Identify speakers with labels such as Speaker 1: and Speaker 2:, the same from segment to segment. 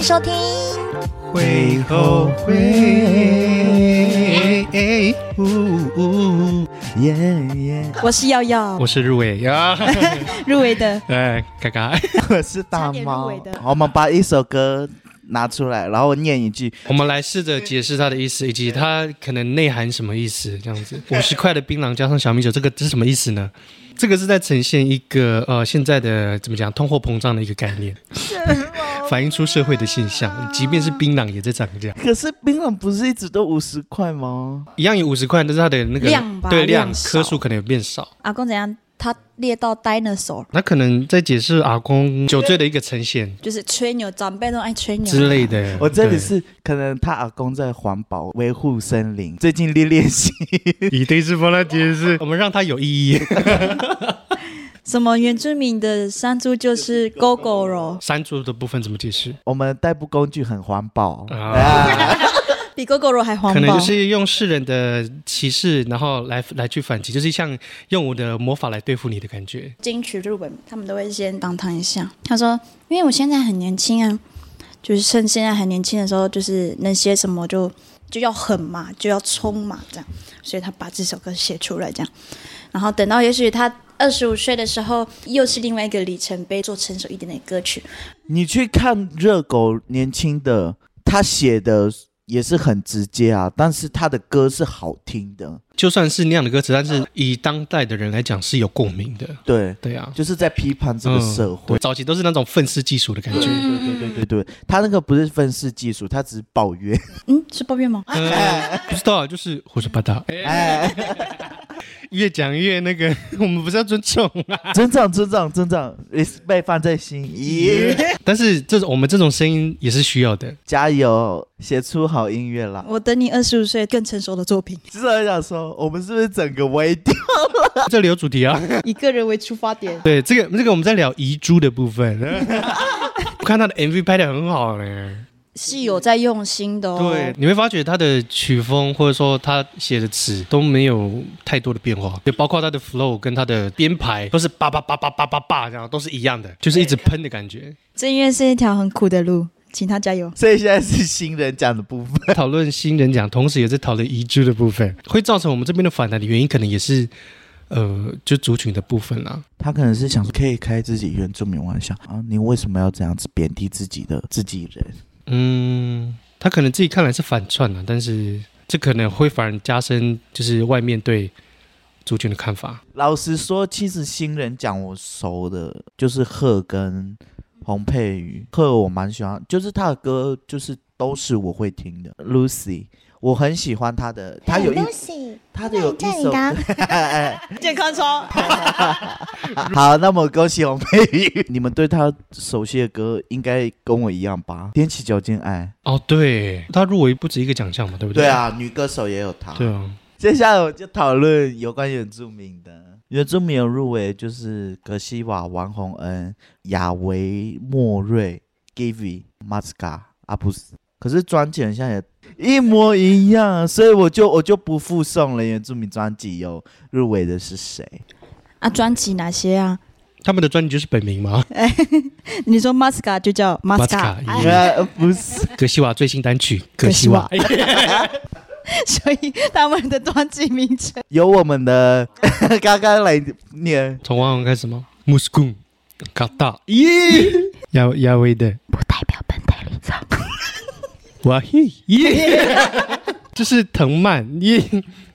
Speaker 1: 收听。
Speaker 2: 会后悔，呜呜耶耶！
Speaker 1: 我是耀耀
Speaker 2: 我，是入围 呀，
Speaker 1: 入围的。
Speaker 2: 哎，嘎嘎，
Speaker 3: 我是大猫。好，我们把一首歌拿出来，然后念一句。
Speaker 2: 我们来试着解释它的意思，以及它可能内涵什么意思，这 样子。五十块的槟榔加上小米酒，这个这是什么意思呢？这个是在呈现一个呃现在的怎么讲通货膨胀的一个概念，
Speaker 1: 哦
Speaker 2: 反映出社会的现象，即便是槟榔也在涨价，
Speaker 3: 可是槟榔不是一直都五十块吗？
Speaker 2: 一样有五十块，但是它的那个
Speaker 1: 量吧
Speaker 2: 对量
Speaker 1: 量少
Speaker 2: 颗数可能有变少。
Speaker 1: 阿公怎样？他列到 dinosaur，
Speaker 2: 那可能在解释阿公酒醉的一个呈现
Speaker 1: 就是吹牛，长辈都爱吹牛啊
Speaker 2: 之类。的。
Speaker 3: 我这里
Speaker 2: 对
Speaker 3: 是可能他阿公在环保维护森林，最近练练习。
Speaker 2: 以对是帮他解释，我们让他有意 义。
Speaker 1: 什么原住民的山猪就是狗狗肉，
Speaker 2: 山猪的部分怎么解释？
Speaker 3: 我们代步工具很环保
Speaker 2: 啊
Speaker 3: 啊，
Speaker 1: 比狗狗肉还环
Speaker 2: 可能
Speaker 1: 保
Speaker 2: 就。是用世人的歧视，然后来来去反击，就是像用我的魔法来对付你的感觉。
Speaker 1: 金曲日文，他们都会先当堂一下。他说：“因为我现在很年轻啊，就是趁现在还年轻的时候，就是能写什么就就要狠嘛，就要冲嘛，这样。”所以他把这首歌写出来，这样。然后等到也许他二十五岁的时候，又是另外一个里程碑，做成熟一点的歌曲。
Speaker 3: 你去看热狗年轻的，他写的也是很直接啊，但是他的歌是好听的，
Speaker 2: 就算是那样的歌词，但是以当代的人来讲是有共鸣的。
Speaker 3: 对，
Speaker 2: 对啊，嗯
Speaker 3: 就是在批判这个社会。
Speaker 2: 对早期都是那种愤世嫉俗的感觉。
Speaker 3: 对对对对对，他那个不是愤世嫉俗，他只是抱怨。
Speaker 1: 嗯，是抱怨吗？
Speaker 2: 呃不知道啊，就是胡说八道，
Speaker 3: 哎，
Speaker 2: 越讲越那个。 我们不是要尊重啊，
Speaker 3: 尊长尊长尊长，respect 放在心。咦，
Speaker 2: 但是这种我们这种声音也是需要的。
Speaker 3: 加油，写出好音乐啦！
Speaker 1: 我等你二十五岁更成熟的作 品，
Speaker 3: 其实很想说，我们是不是整个微调？
Speaker 2: 这里有主题啊。
Speaker 1: 以个人为出发点。
Speaker 2: 对，这个这个我们在聊遗珠的部分。我看他的 MV 拍的很好呢，
Speaker 1: 是有在用心的哦。
Speaker 2: 对，，你会发觉他的曲风或者说他写的词都没有太多的变化，就包括他的 flow 跟他的编排都是叭叭叭叭叭叭叭，然后都是一样的，就是一直喷的感觉。
Speaker 1: 这音乐是一条很苦的路，请他加油。
Speaker 3: 所以现在是新人讲的部分。
Speaker 2: 讨论新人奖，同时也在讨论遗珠的部分，会造成我们这边的反弹的原因，可能也是呃，就族群的部分啦。
Speaker 3: 他可能是想说，可以开自己原住民玩笑啊，你为什么要这样子贬低自己的自己人？
Speaker 2: 嗯，他可能自己看来是反串了、但是这可能会反而加深就是外面对族群的看法。
Speaker 3: 老实说，其实新人讲我熟的就是贺跟洪佩瑜，贺我蛮喜欢，就是他的歌就是都是我会听的。Lucy，我很喜欢他的，他有一
Speaker 4: Lucy，
Speaker 3: 他的有一
Speaker 4: 那你
Speaker 3: 首
Speaker 4: 叫你
Speaker 3: 歌。哎
Speaker 1: 健康操，
Speaker 3: 好，那么恭喜洪佩瑜，你们对他熟悉的歌应该跟我一样吧？踮起脚尖爱，
Speaker 2: 哦，对，他入围不止一个奖项嘛，对不对？
Speaker 3: 对，啊，女歌手也有他。
Speaker 2: 对啊，
Speaker 3: 接下来我就讨论有关原住民的。原住民有入围就是格西瓦、王洪恩、亚维、莫瑞、Givi、马斯卡、阿布斯。可是专辑很像也一模一样，所以我就我就不附送了。原住民专辑有入围的是谁？
Speaker 1: 啊，专辑哪些啊？
Speaker 2: 他们的专辑就是本名嘛，
Speaker 1: 你说 Masca 就叫哎 Masca，
Speaker 2: 马斯卡
Speaker 3: 呃，不是，
Speaker 2: 格西瓦最新单曲《
Speaker 1: 格
Speaker 2: 格
Speaker 1: 西
Speaker 2: 西
Speaker 1: 瓦
Speaker 2: 瓦》
Speaker 1: 所以他们的专辑名称
Speaker 3: 有我们的 刚刚来念
Speaker 2: 从汪汪开始吗？Muskun 卡大耶，亚亚威的不代表本台立场。哇嘿耶，就是藤蔓耶。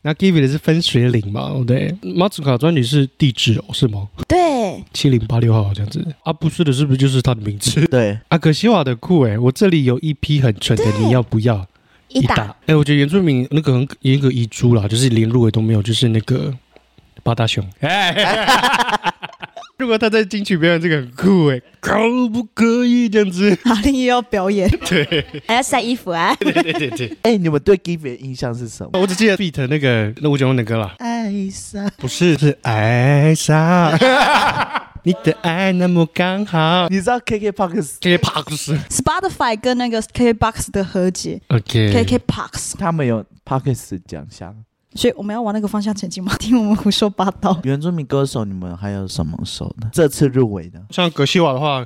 Speaker 2: 然后 Give 的是分水岭嘛，对。马祖卡专辑是地址哦，是吗？
Speaker 1: 对，
Speaker 2: 七零八六号这样子。啊，不是的，是不是就是他的名字？
Speaker 3: 对
Speaker 2: 啊，格西瓦的酷哎、我这里有一批很蠢的，你要不要？
Speaker 4: 一打
Speaker 2: 哎、我觉得原住民那个很严格遗珠啦，就是连入围都没有，就是那个八大熊。 哎， 如果他在金曲表演这个很酷哎、可不可以这样子？
Speaker 1: 哈利又要表 演，对，还要晒衣服啊。
Speaker 3: 哎、你们对 Givi 的印象是什么？
Speaker 2: 我只记得 beat 那个那我讲的歌啦，
Speaker 3: 爱上
Speaker 2: 不是是爱上 你的爱那么刚 好。
Speaker 3: 你知道 KKBOX
Speaker 2: K Parks
Speaker 1: Spotify 跟那个 KKBox 的和解
Speaker 2: OK
Speaker 1: ，KKBox，
Speaker 3: 他们有 Pockets 奖项。
Speaker 1: 所以我们要往那个方向前进吗？听我们胡说 八道。
Speaker 3: 原住民歌手，你们还有什么手的？这次入围的
Speaker 2: 像格西瓦的话，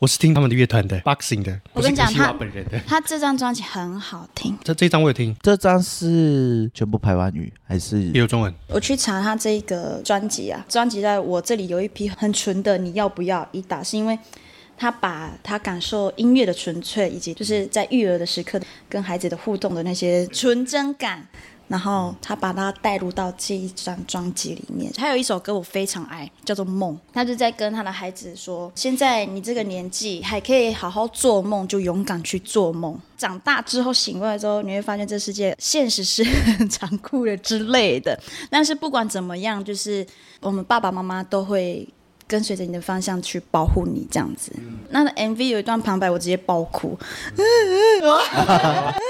Speaker 2: 我是听他们的乐团的 boxing 的，
Speaker 1: 我跟你讲
Speaker 2: 不是葛西
Speaker 1: 他
Speaker 2: 瓦本人的。
Speaker 1: 他这张专辑很好听，
Speaker 2: 这这一张我有听，
Speaker 3: 这张是全部排完语还是
Speaker 2: 也有中文。
Speaker 1: 我去查他这个专辑啊，专辑在我这里有一批很纯的，你要不要一打？是因为他把他感受音乐的纯粹，以及就是在育儿的时刻跟孩子的互动的那些纯真感，然后他把它带入到这一张专辑里面。还有一首歌我非常爱，叫做《梦》，他就在跟他的孩子说：现在你这个年纪还可以好好做梦，就勇敢去做梦。长大之后醒过来之后，你会发现这世界现实是很残酷的之类的。但是不管怎么样，就是我们爸爸妈妈都会跟随着你的方向去保护你这样子。那 MV 有一段旁白，我直接爆 哭，很哎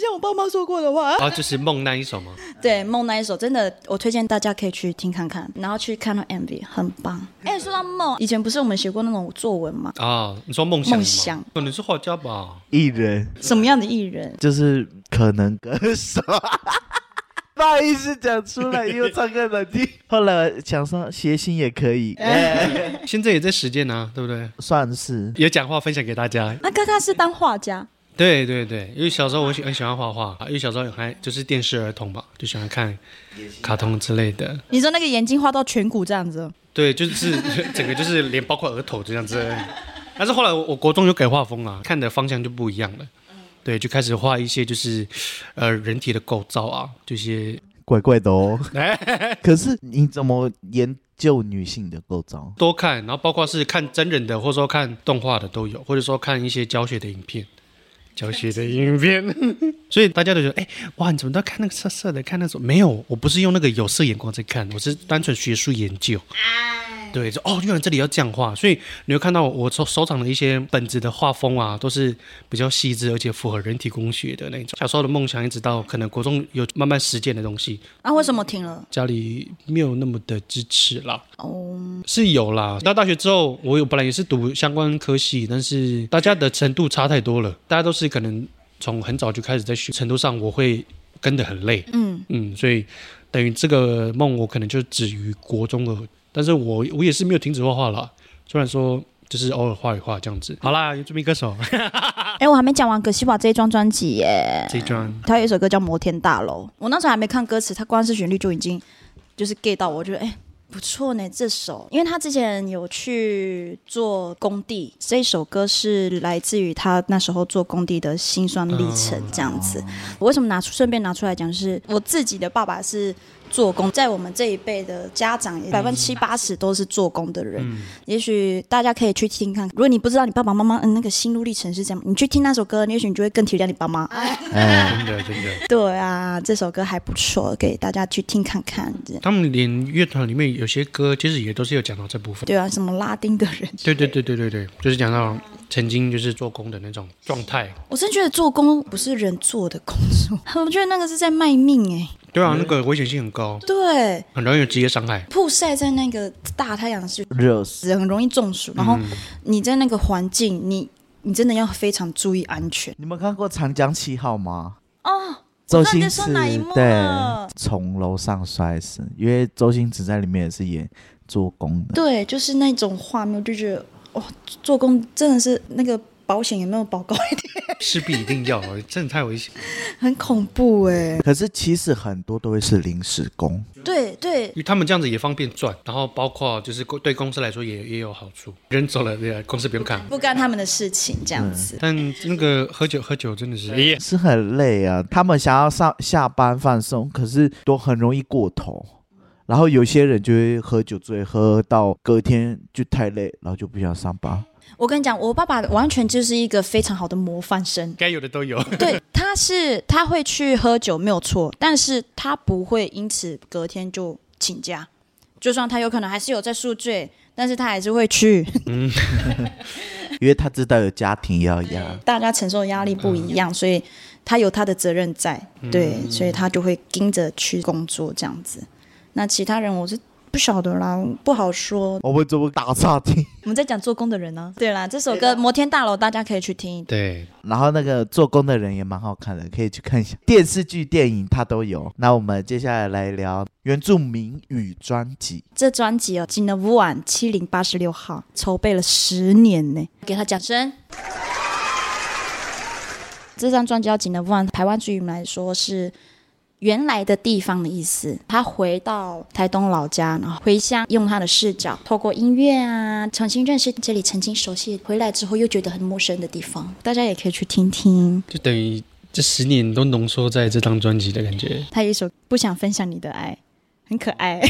Speaker 1: 像我爸妈说过的话。
Speaker 2: 啊，就是梦那一首吗？
Speaker 1: 对，梦那一首真的，我推荐大家可以去听看看，然后去看到 MV，很棒。哎，说到梦，以前不是我们写过那种作文吗？
Speaker 2: 啊，你说梦想吗？
Speaker 1: 梦想
Speaker 2: 哦，你是画家吧？
Speaker 3: 艺人？
Speaker 1: 什么样的艺人？
Speaker 3: 就是可能歌 手。不好意思讲出来，因为唱歌难 听。后来想说谐星也可以， 哎
Speaker 2: 现在也在实践啊，对不对？
Speaker 3: 算是
Speaker 2: 也讲话分享给大家。
Speaker 1: 那刚刚是当画家，
Speaker 2: 对对对，因为小时候我喜很喜欢画画，因为小时候还就是电视儿童吧，就喜欢看卡通之类的。
Speaker 1: 你说那个眼睛画到颧骨这样子，
Speaker 2: 对，就是 整个就是连包括额头这样子。但是后来我我国中有改画风啊，看的方向就不一样了。对，就开始画一些就是，呃，人体的构造啊，这些
Speaker 3: 怪怪的 哦。可是你怎么研究女性的构造？
Speaker 2: 多看，然后包括是看真人的，或者说看动画的都有，或者说看一些教学的影片，教学的影片。 所以大家都觉得，哎、哇，你怎么都看那个色色的，看那种没有？我不是用那个有色眼光在看，我是单纯学术研究。对，就哦，原来这里要这样画，所以你会看到我收收藏的一些本子的画风啊，都是比较细致，而且符合人体工学的那种。小时候的梦想，一直到可能国中有慢慢实践的东西，
Speaker 1: 那、啊为什么停了？
Speaker 2: 家里没有那么的支持啦。
Speaker 1: 哦，
Speaker 2: 是有啦，到大学之后，我有本来也是读相关科系，但是大家的程度差太多了，大家都是可能从很早就开始在学，程度上我会跟得很累，
Speaker 1: 嗯，
Speaker 2: 嗯，所以等于这个梦我可能就止于国中了，但是我我也是没有停止画画啦，虽然说就是偶尔画一画这样子。好啦，原住民歌手
Speaker 1: 哎，我还没讲完葛西瓦这一张专辑耶，
Speaker 2: 这一张，
Speaker 1: 他有一首歌叫《摩天大楼》，我那时候还没看歌词，他光是旋律就已经就是 get 到我，我觉得哎、不错呢这首，因为他之前有去做工地，这首歌是来自于他那时候做工地的辛酸历程这样子。我为什么拿出顺便拿出来讲是，我自己的爸爸是。做工，在我们这一辈的家长，百分之七八十都是做工的人。也许大家可以去听看，如果你不知道你爸爸妈妈嗯那个心路历程是怎样，你去听那首歌，也许你就会更体谅你爸妈。
Speaker 3: 哎，
Speaker 2: 真的真的，
Speaker 1: 对啊，这首歌还不错，给大家去听看看。这样
Speaker 2: 他们连乐团里面有些歌其实也都是有讲到这部分。
Speaker 1: 对啊，什么拉丁的人，
Speaker 2: 对对对对对对，就是讲到曾经就是做工的那种状态，
Speaker 1: 我真觉得做工不是人做的工作， 我觉得那个是在卖命哎、
Speaker 2: 对啊，那个危险性很高，
Speaker 1: 对，
Speaker 2: 很容易有职业伤害。
Speaker 1: 曝晒在那个大太阳是
Speaker 3: 热死！
Speaker 1: 很容易中暑，然后
Speaker 2: 嗯
Speaker 1: 你在那个环境，你你真的要非常注意安全。
Speaker 3: 你们看过《长江七号》吗？
Speaker 1: 哦，
Speaker 3: 周
Speaker 1: 我知道你
Speaker 3: 星
Speaker 1: 在
Speaker 3: 驰
Speaker 1: 说哪一幕
Speaker 3: 对
Speaker 1: 了
Speaker 3: 从楼上摔死，因为周星驰在里面也是演做工的。
Speaker 1: 对，就是那种画面，我就觉得哇、做工真的是那个保险有没有保高 一点，
Speaker 2: 势必一定要，真的太危险。
Speaker 1: 很恐怖哎、
Speaker 3: 可是其实很多都会是临时工，
Speaker 1: 对对
Speaker 2: 因，为他们这样子也方便赚，然后包括就是公对公司来说也也有好处，人走了，对啊，公司不用扛。
Speaker 1: 不干他们的事情这样子。
Speaker 2: 但那个喝酒喝酒真的 是，。
Speaker 3: 是很累啊。他们想要上下班放松，可是都很容易过头。然后有些人就会喝酒醉，喝到隔天就太累，然后就不想上班。
Speaker 1: 我跟你讲，我爸爸完全就是一个非常好的模范生
Speaker 2: 该有的都有。
Speaker 1: 对，他是他会去喝酒没有错，但是他不会因此隔天就请假。就算他有可能还是有在宿醉，但是他还是会去。
Speaker 3: 因为他知道有家庭要养。
Speaker 1: 大家承受的压力不一样，所以他有他的责任在，对，所以他就会盯着去工作这样子。那其他人我是不晓得啦，不好说。
Speaker 3: 我们怎么打岔听？
Speaker 1: 我们在讲做工的人啊呢、对啦，这首歌《摩天大楼》大家可以去听一听。
Speaker 2: 对，
Speaker 3: 然后那个做工的人也蛮好看的，可以去看一下。电视剧、电影它都有。那我们接下来来聊原住民语专辑。
Speaker 1: 这专辑哦，进了乌晚七零八十六号，筹备了十年呢，给他掌声。这张专辑叫《紧的乌晚》，台湾对于我们来说是原来的地方的意思。他回到台东老家，然后回乡，用他的视角，透过音乐啊，重新认识这里曾经熟悉，回来之后又觉得很陌生的地方。大家也可以去听听。
Speaker 2: 就等于这十年都浓缩在这张专辑的感觉。
Speaker 1: 他有一首《不想分享你的爱》，很可爱。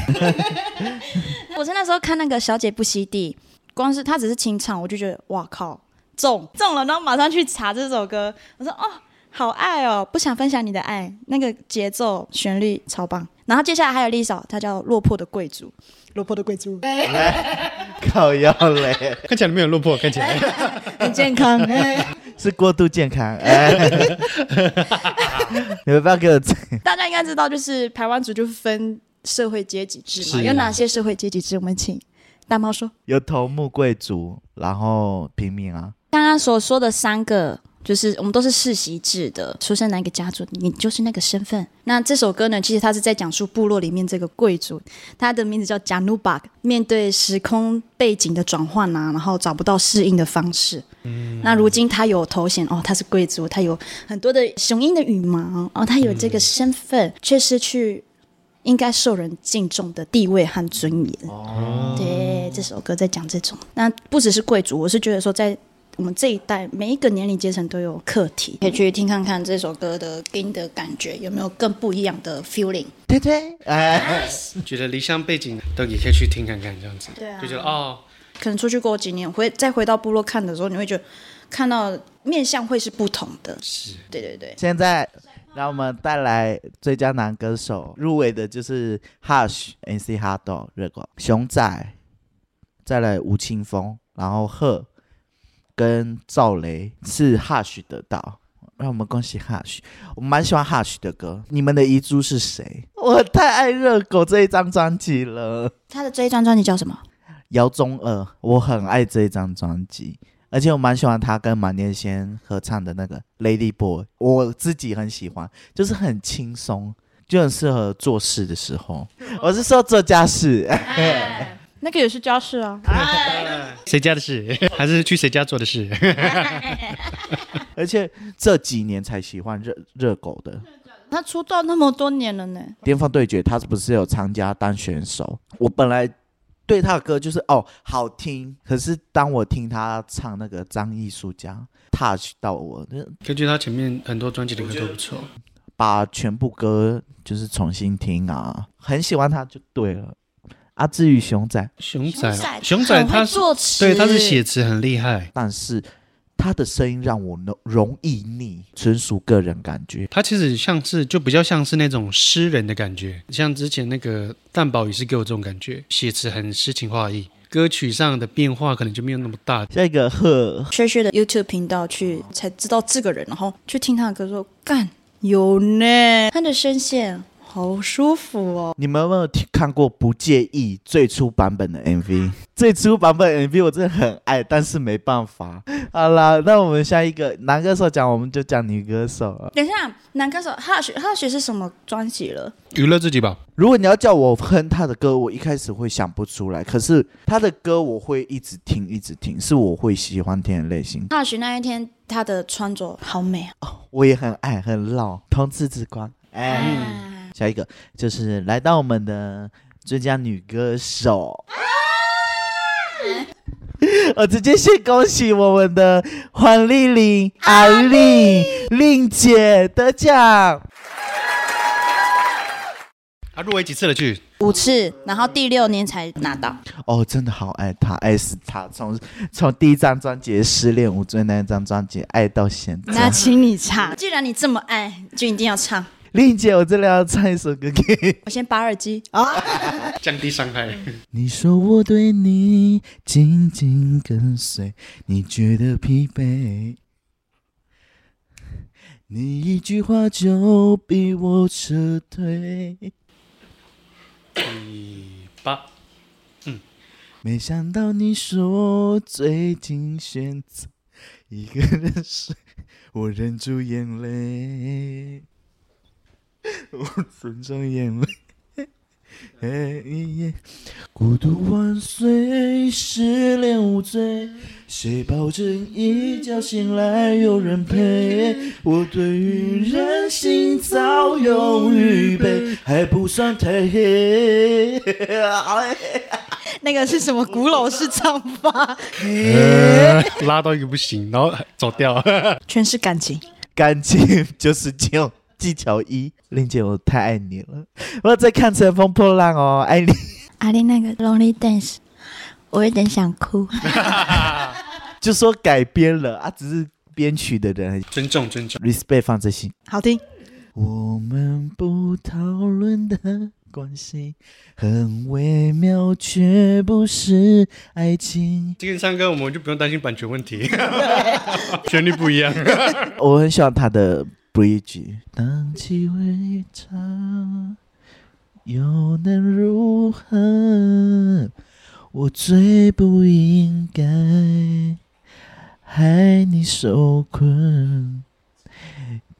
Speaker 1: 我是那时候看那个《小姐不吸地》，光是他只是清唱，我就觉得哇靠，中中了！然后马上去查这首歌，我说哦，好爱哦，不想分享你的爱，那个节奏旋律超棒。然后接下来还有一首，它叫《落魄的贵族》，落魄的贵族，
Speaker 3: 靠腰嘞，
Speaker 2: 看起来没有落魄，看起 来
Speaker 1: 很健康。
Speaker 3: 是过度健康。哎， 你们不要给我这
Speaker 1: 大家应该知道，就是台湾族就分社会阶级制嘛，
Speaker 2: 是
Speaker 1: 有哪些社会阶级制？我们请大猫说。
Speaker 3: 有头目、贵族，然后平民啊。
Speaker 1: 刚刚所说的三个，就是我们都是世袭制的，出生哪一个家族，你就是那个身份。那这首歌呢，其实它是在讲述部落里面这个贵族，他的名字叫 Janubag，面对时空背景的转换啊，然后找不到适应的方式。那如今他有头衔哦，他是贵族，他有很多的雄鹰的羽毛哦，他有这个身份，却失去应该受人敬重的地位和尊严。对，这首歌在讲这种。那不只是贵族，我是觉得说，在我们这一代每一个年龄阶层都有课题，可以去听看看这首歌的给你的感觉有没有更不一样的 feeling。
Speaker 3: 推推，哎，
Speaker 2: 觉得离乡背景都也可以去听看看，这样子，
Speaker 1: 对啊
Speaker 2: 就觉得哦，
Speaker 1: 可能出去过几年，回再回到部落看的时候，你会觉得看到面相会是不同的。
Speaker 2: 是
Speaker 1: 对对对，
Speaker 3: 现在让我们带来最佳男歌手入围的就是 Hush、NC Hard、热狗、熊仔，再来吴青峰，然后贺跟赵雷是 Hush 得到。让我们恭喜 Hush，我蛮喜欢 Hush 的歌。你们的遗珠是谁？我太爱热狗这一张专辑了。
Speaker 1: 他的这一张专辑叫什么？
Speaker 3: 姚宗二，我很爱这一张专辑，而且我蛮喜欢他跟马念先合唱的那个《Lady Boy》，我自己很喜欢，就是很轻松，就很适合做事的时候。我是说做家事，
Speaker 1: 那个也是教室啊。
Speaker 2: 谁家的事， 还是去谁家做的事？
Speaker 3: 而且这几年才喜欢热热狗的。
Speaker 1: 他出道那么多年了呢，
Speaker 3: 巅峰对决，他是不是有参加当选手？我本来对他的歌就是哦好听，可是当我听他唱那个张艺术家 touch 到我，那
Speaker 2: 根据他前面很多专辑的歌都不错，
Speaker 3: 把全部歌就是重新听啊，很喜欢他就对了。啊，至于熊仔，
Speaker 2: 熊仔哦，熊
Speaker 1: 熊
Speaker 2: 仔
Speaker 1: 很会
Speaker 2: 他是
Speaker 1: 作词，
Speaker 2: 对他是写词很厉害，
Speaker 3: 但是他的声音让我容容易腻，纯属个人感觉。
Speaker 2: 他其实像是就比较像是那种诗人的感觉，像之前那个蛋堡也是给我这种感觉，写词很诗情画意，歌曲上的变化可能就没有那么大。
Speaker 3: 下一个贺，
Speaker 1: 薛薛的 YouTube 频道去才知道这个人，然后去听他的歌说，干有呢，他的声线好舒服哦。
Speaker 3: 你们有没有听看过《不介意》最初版本的 MV？最初版本 MV 我真的很爱，但是没办法。好啦，那我们下一个男歌手讲，我们就讲女歌手了。
Speaker 1: 等一下，男歌手 Hush Hush 是什么专辑了？
Speaker 2: 娱乐自己吧，
Speaker 3: 如果你要叫我哼他的歌，我一开始会想不出来，可是他的歌我会一直听，一直听，是我会喜欢听的类型。
Speaker 1: Hush 那一天他的穿着好美啊！
Speaker 3: 我也很爱，很老，同志之光。哎，下一个就是来到我们的最佳女歌手。 我直接先恭喜我们的黄丽玲、阿丽、令姐得奖。
Speaker 2: 他入围几次了去？
Speaker 1: 五次，然后第六年才拿到。
Speaker 3: 哦，真的好爱他，爱死他！从从第一张专辑《失恋无罪》那一张专辑爱到现
Speaker 1: 那
Speaker 3: 在。
Speaker 1: 请你唱，既然你这么爱，就一定要唱。
Speaker 3: 令姐，我真的要唱一首歌给你。
Speaker 1: 我先拔耳机，哦
Speaker 2: 降低伤害，
Speaker 3: 你说我对你紧紧跟随，你觉得疲惫，你一句话就逼我撤退。
Speaker 2: 八
Speaker 3: 没想到你说最近选择一个人睡，我忍住眼泪，我忍住眼泪。哎耶孤独万岁，失恋无罪。谁保证一觉醒来有人陪？我对于人性早有预备，还不算太黑。
Speaker 4: 那个是什么古老式唱 法？
Speaker 2: 呃拉到一个不行，然后走掉。
Speaker 4: 全是感情。
Speaker 3: 感情就是这种技巧一，令姐我太爱你了。我要再看《乘风破浪》哦，爱你。
Speaker 4: 阿丽那个 Lonely Dance，我有点想哭。
Speaker 3: 就说改编了啊，只是编曲的人
Speaker 2: 尊重，尊重。
Speaker 3: respect 放在心。
Speaker 4: 好听，
Speaker 3: 我们不讨论的关系，很微妙，却不是爱情。
Speaker 2: 今天唱歌我们就不用担心版权问 题，旋律不一样。
Speaker 3: 我很喜欢他的 bridge。当气味差，又能如何？我最不应该害你受困，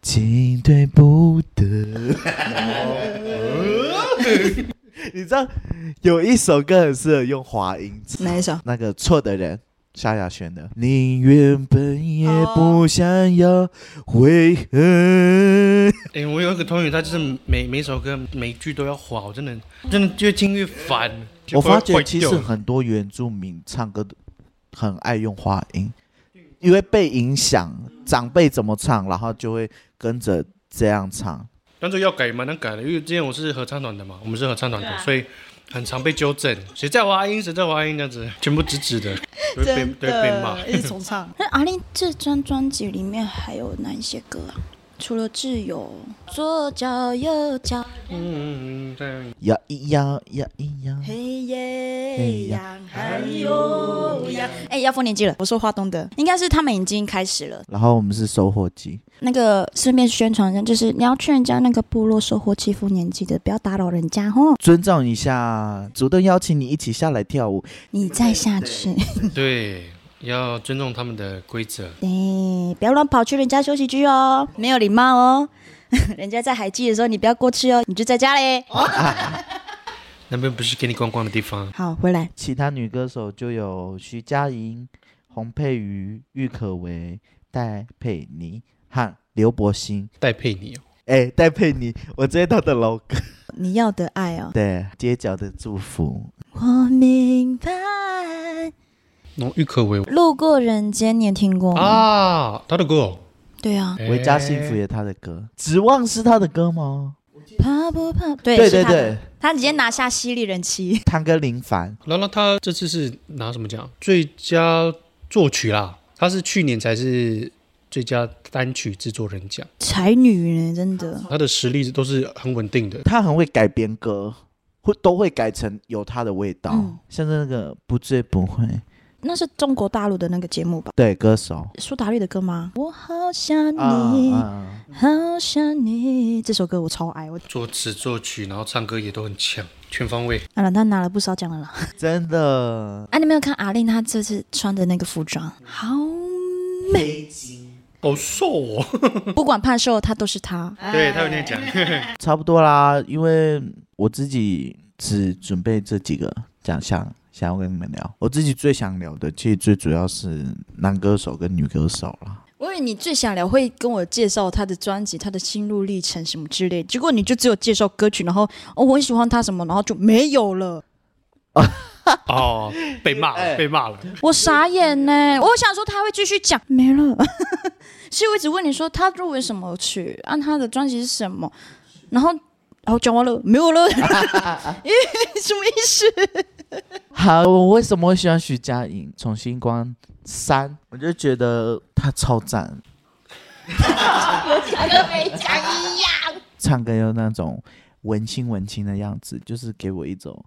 Speaker 3: 进退不得。 你知道有一首歌很适合用滑音唱。
Speaker 4: 哪一首？
Speaker 3: 那个错的人，萧亚轩的。宁愿笨也不想要悔恨。
Speaker 2: 哎、我有一个同学，他就是每每首歌每句都要滑，我真的真的越听越烦。
Speaker 3: 我发觉
Speaker 2: 会
Speaker 3: 其实
Speaker 2: 会掉
Speaker 3: 很多原住民唱歌都很爱用话音，因为被影响，长辈怎么唱，然后就会跟着这样唱。
Speaker 2: 但这个要改也蛮难改的，因为之前我是合唱团的嘛，我们是合唱团的，所以很常被纠正，谁在滑音，谁在滑音这样子，全部直直的，都会被都会被骂。
Speaker 4: 一直重唱。 那阿丽这张专辑里面还有哪一些歌啊？除了《自由》，左脚右脚，
Speaker 2: 嗯嗯嗯，对，
Speaker 3: 呀咿呀呀咿呀，
Speaker 4: 嘿
Speaker 3: 嘿
Speaker 4: 耶
Speaker 3: 呀
Speaker 4: 呀，还有呀。哎，要丰年祭了，我说华东的，应该是他们已经开始了。
Speaker 3: 然后我们是收获机，
Speaker 4: 那个顺便宣传一下，就是你要去人家那个部落收获欺负年纪的，不要打扰人家哦。
Speaker 3: 尊重一下，主动邀请你一起下来跳舞。
Speaker 4: 你再下去，
Speaker 2: 对，要尊重他们的规则。
Speaker 4: 对，不要乱跑去人家休息区哦，没有礼貌哦。 人家在海记的时候，你不要过去哦，你就在家嘞。
Speaker 2: 那边不是给你逛逛的地方。
Speaker 4: 好，回来。
Speaker 3: 其他女歌手就有徐佳莹、洪佩瑜、郁可唯、戴佩妮和刘柏辛。
Speaker 2: 戴佩妮、哦，
Speaker 3: 哎，戴佩妮，我知道她的老歌。
Speaker 4: 你要的爱哦，
Speaker 3: 对，街角的祝福。
Speaker 4: 我明白。
Speaker 2: 那郁可
Speaker 3: 哦
Speaker 2: 唯
Speaker 4: 路过人间，你也听过吗？
Speaker 2: 啊，他的歌、哦，
Speaker 4: 对啊，
Speaker 2: 哎
Speaker 3: 维嘉幸福也她的歌，指望是她的歌吗？
Speaker 4: 怕不怕？对
Speaker 3: 对
Speaker 4: 是
Speaker 3: 对
Speaker 4: 他的
Speaker 3: 对，
Speaker 4: 他直接拿下犀利人妻。
Speaker 3: 汤哥林凡。
Speaker 2: 然后他这次是拿什么奖？最佳作曲啦，他是去年才是最佳单曲制作人奖，
Speaker 4: 才女呢，真的。
Speaker 2: 他的实力都是很稳定的。
Speaker 3: 他很会改编歌，会都会改成有他的味道，
Speaker 4: 嗯
Speaker 3: 像是那个不醉不会，
Speaker 4: 那是中国大陆的那个节目吧？
Speaker 3: 对歌手
Speaker 4: 苏打绿的歌吗？我好想
Speaker 3: 啊
Speaker 4: 你，
Speaker 3: 啊，
Speaker 4: 好想你。这首歌我超爱，我
Speaker 2: 作词作曲，然后唱歌也都很强，全方位。
Speaker 4: 啊，他拿了不少奖了啦。
Speaker 3: 真的
Speaker 4: 啊，你没有看阿令她这次穿的那个服装，好美。
Speaker 2: 好瘦哦，
Speaker 4: 不管胖瘦，她都是她。
Speaker 2: 对他有点讲，
Speaker 3: 差不多啦，因为我自己只准备这几个奖项，想要跟你们聊。我自己最想聊的，其实最主要是男歌手跟女歌手啦。
Speaker 4: 我以为你最想聊会跟我介绍他的专辑、他的心路历程什么之类，结果你就只有介绍歌曲，然后哦我很喜欢他什么，然后就没有了，
Speaker 2: 哦，被骂了，被骂了。
Speaker 4: 我傻眼呢。我想说他会继续讲，嗯没 了。所以我只问你说他入围什么曲，按他的专辑是什么，然后然后讲完了没有了，咦什么意思？
Speaker 3: 好，我为什么会喜欢徐佳莹？从《星光三》，我就觉得她超赞，
Speaker 5: 讲跟没讲一样。
Speaker 3: 唱歌又那种文青文青的样子，就是给我一种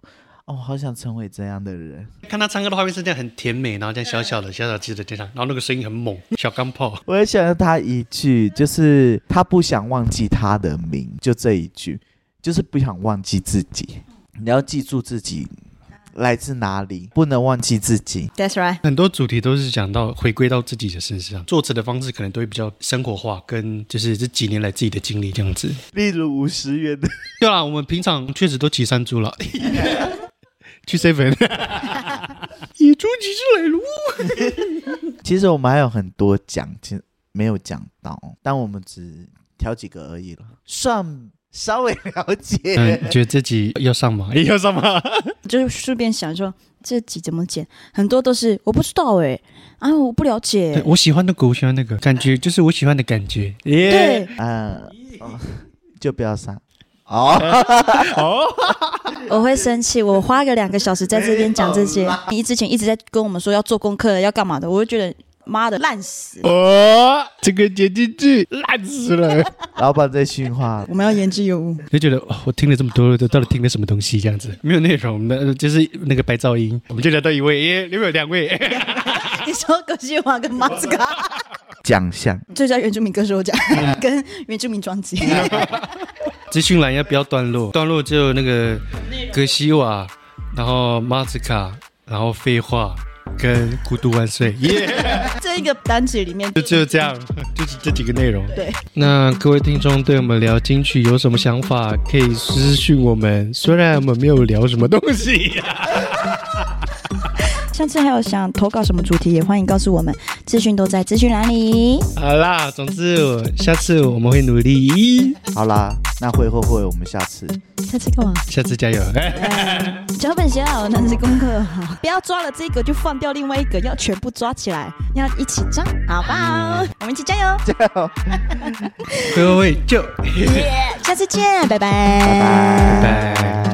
Speaker 3: 哦，好想成为这样的人。
Speaker 2: 看他唱歌的画面是这样很甜美，然后这样小小的、小小只的这样，然后那个声音很猛，小钢炮。
Speaker 3: 我也想到他一句，就是他不想忘记他的名，就这一句，就是不想忘记自己。你要记住自己来自哪里，不能忘记自己。
Speaker 4: That's right，
Speaker 2: 很多主题都是讲到回归到自己的身上，做词的方式可能都会比较生活化，跟就是这几年来自己的经历这样子。
Speaker 3: 例如五十元的，
Speaker 2: 对啦，我们平常确实都骑山猪了， 去 seven，野猪骑士来了。
Speaker 3: 其实我们还有很多讲，其实没有讲到，但我们只挑几个而已了，算稍微了解。
Speaker 2: 嗯，你觉得自己要上 吗？也要上吗？
Speaker 4: 就是顺便想说这集怎么剪，很多都是我不知道哎、啊，我不了解、
Speaker 2: 对我喜欢那个，我喜欢那个感觉，就是我喜欢的感觉。耶，
Speaker 4: 对，
Speaker 3: 嗯，哦就不要上。哦，
Speaker 4: 我会生气。我花个两个小时在这边讲这些，你之前一直在跟我们说要做功课、要干嘛的，我就觉得妈的烂死。
Speaker 2: 哦，这个剪辑剧烂死了，
Speaker 3: 老板在训话了
Speaker 4: 我们要言之有物，
Speaker 2: 就觉得、哦、我听了这么多，到底听了什么东西？这样子没有内容，那就是那个白噪音。我们就聊到一位，耶，留有两位，
Speaker 4: 你说葛西华跟马斯卡，嗯
Speaker 3: 奖项，
Speaker 4: 最佳原住民歌手奖跟原住民专辑，
Speaker 2: 资讯栏要不要段落？段落就那个格西瓦，然后马斯卡，然后废话跟孤独万岁，耶、
Speaker 4: 这一个单曲里面
Speaker 2: 就 就这样，就是这几个内容。
Speaker 4: 对，
Speaker 2: 那各位听众对我们聊金曲有什么想法，可以私讯我们。虽然我们没有聊什么东西、
Speaker 4: 上次还有想投稿什么主题，也欢迎告诉我们，资讯都在资讯栏里。
Speaker 2: 好啦，总之我下次我们会努力，
Speaker 3: 好啦，那会会会，我们下次。
Speaker 4: 下次干嘛？
Speaker 2: 下次加油。
Speaker 4: 脚本写好，那是功课好，不要抓了这个就放掉另外一个，要全部抓起来，要一起抓，好不好？我们一起嗯加油，
Speaker 2: 各位就
Speaker 4: 下次见，拜拜，拜
Speaker 3: 拜
Speaker 2: 拜。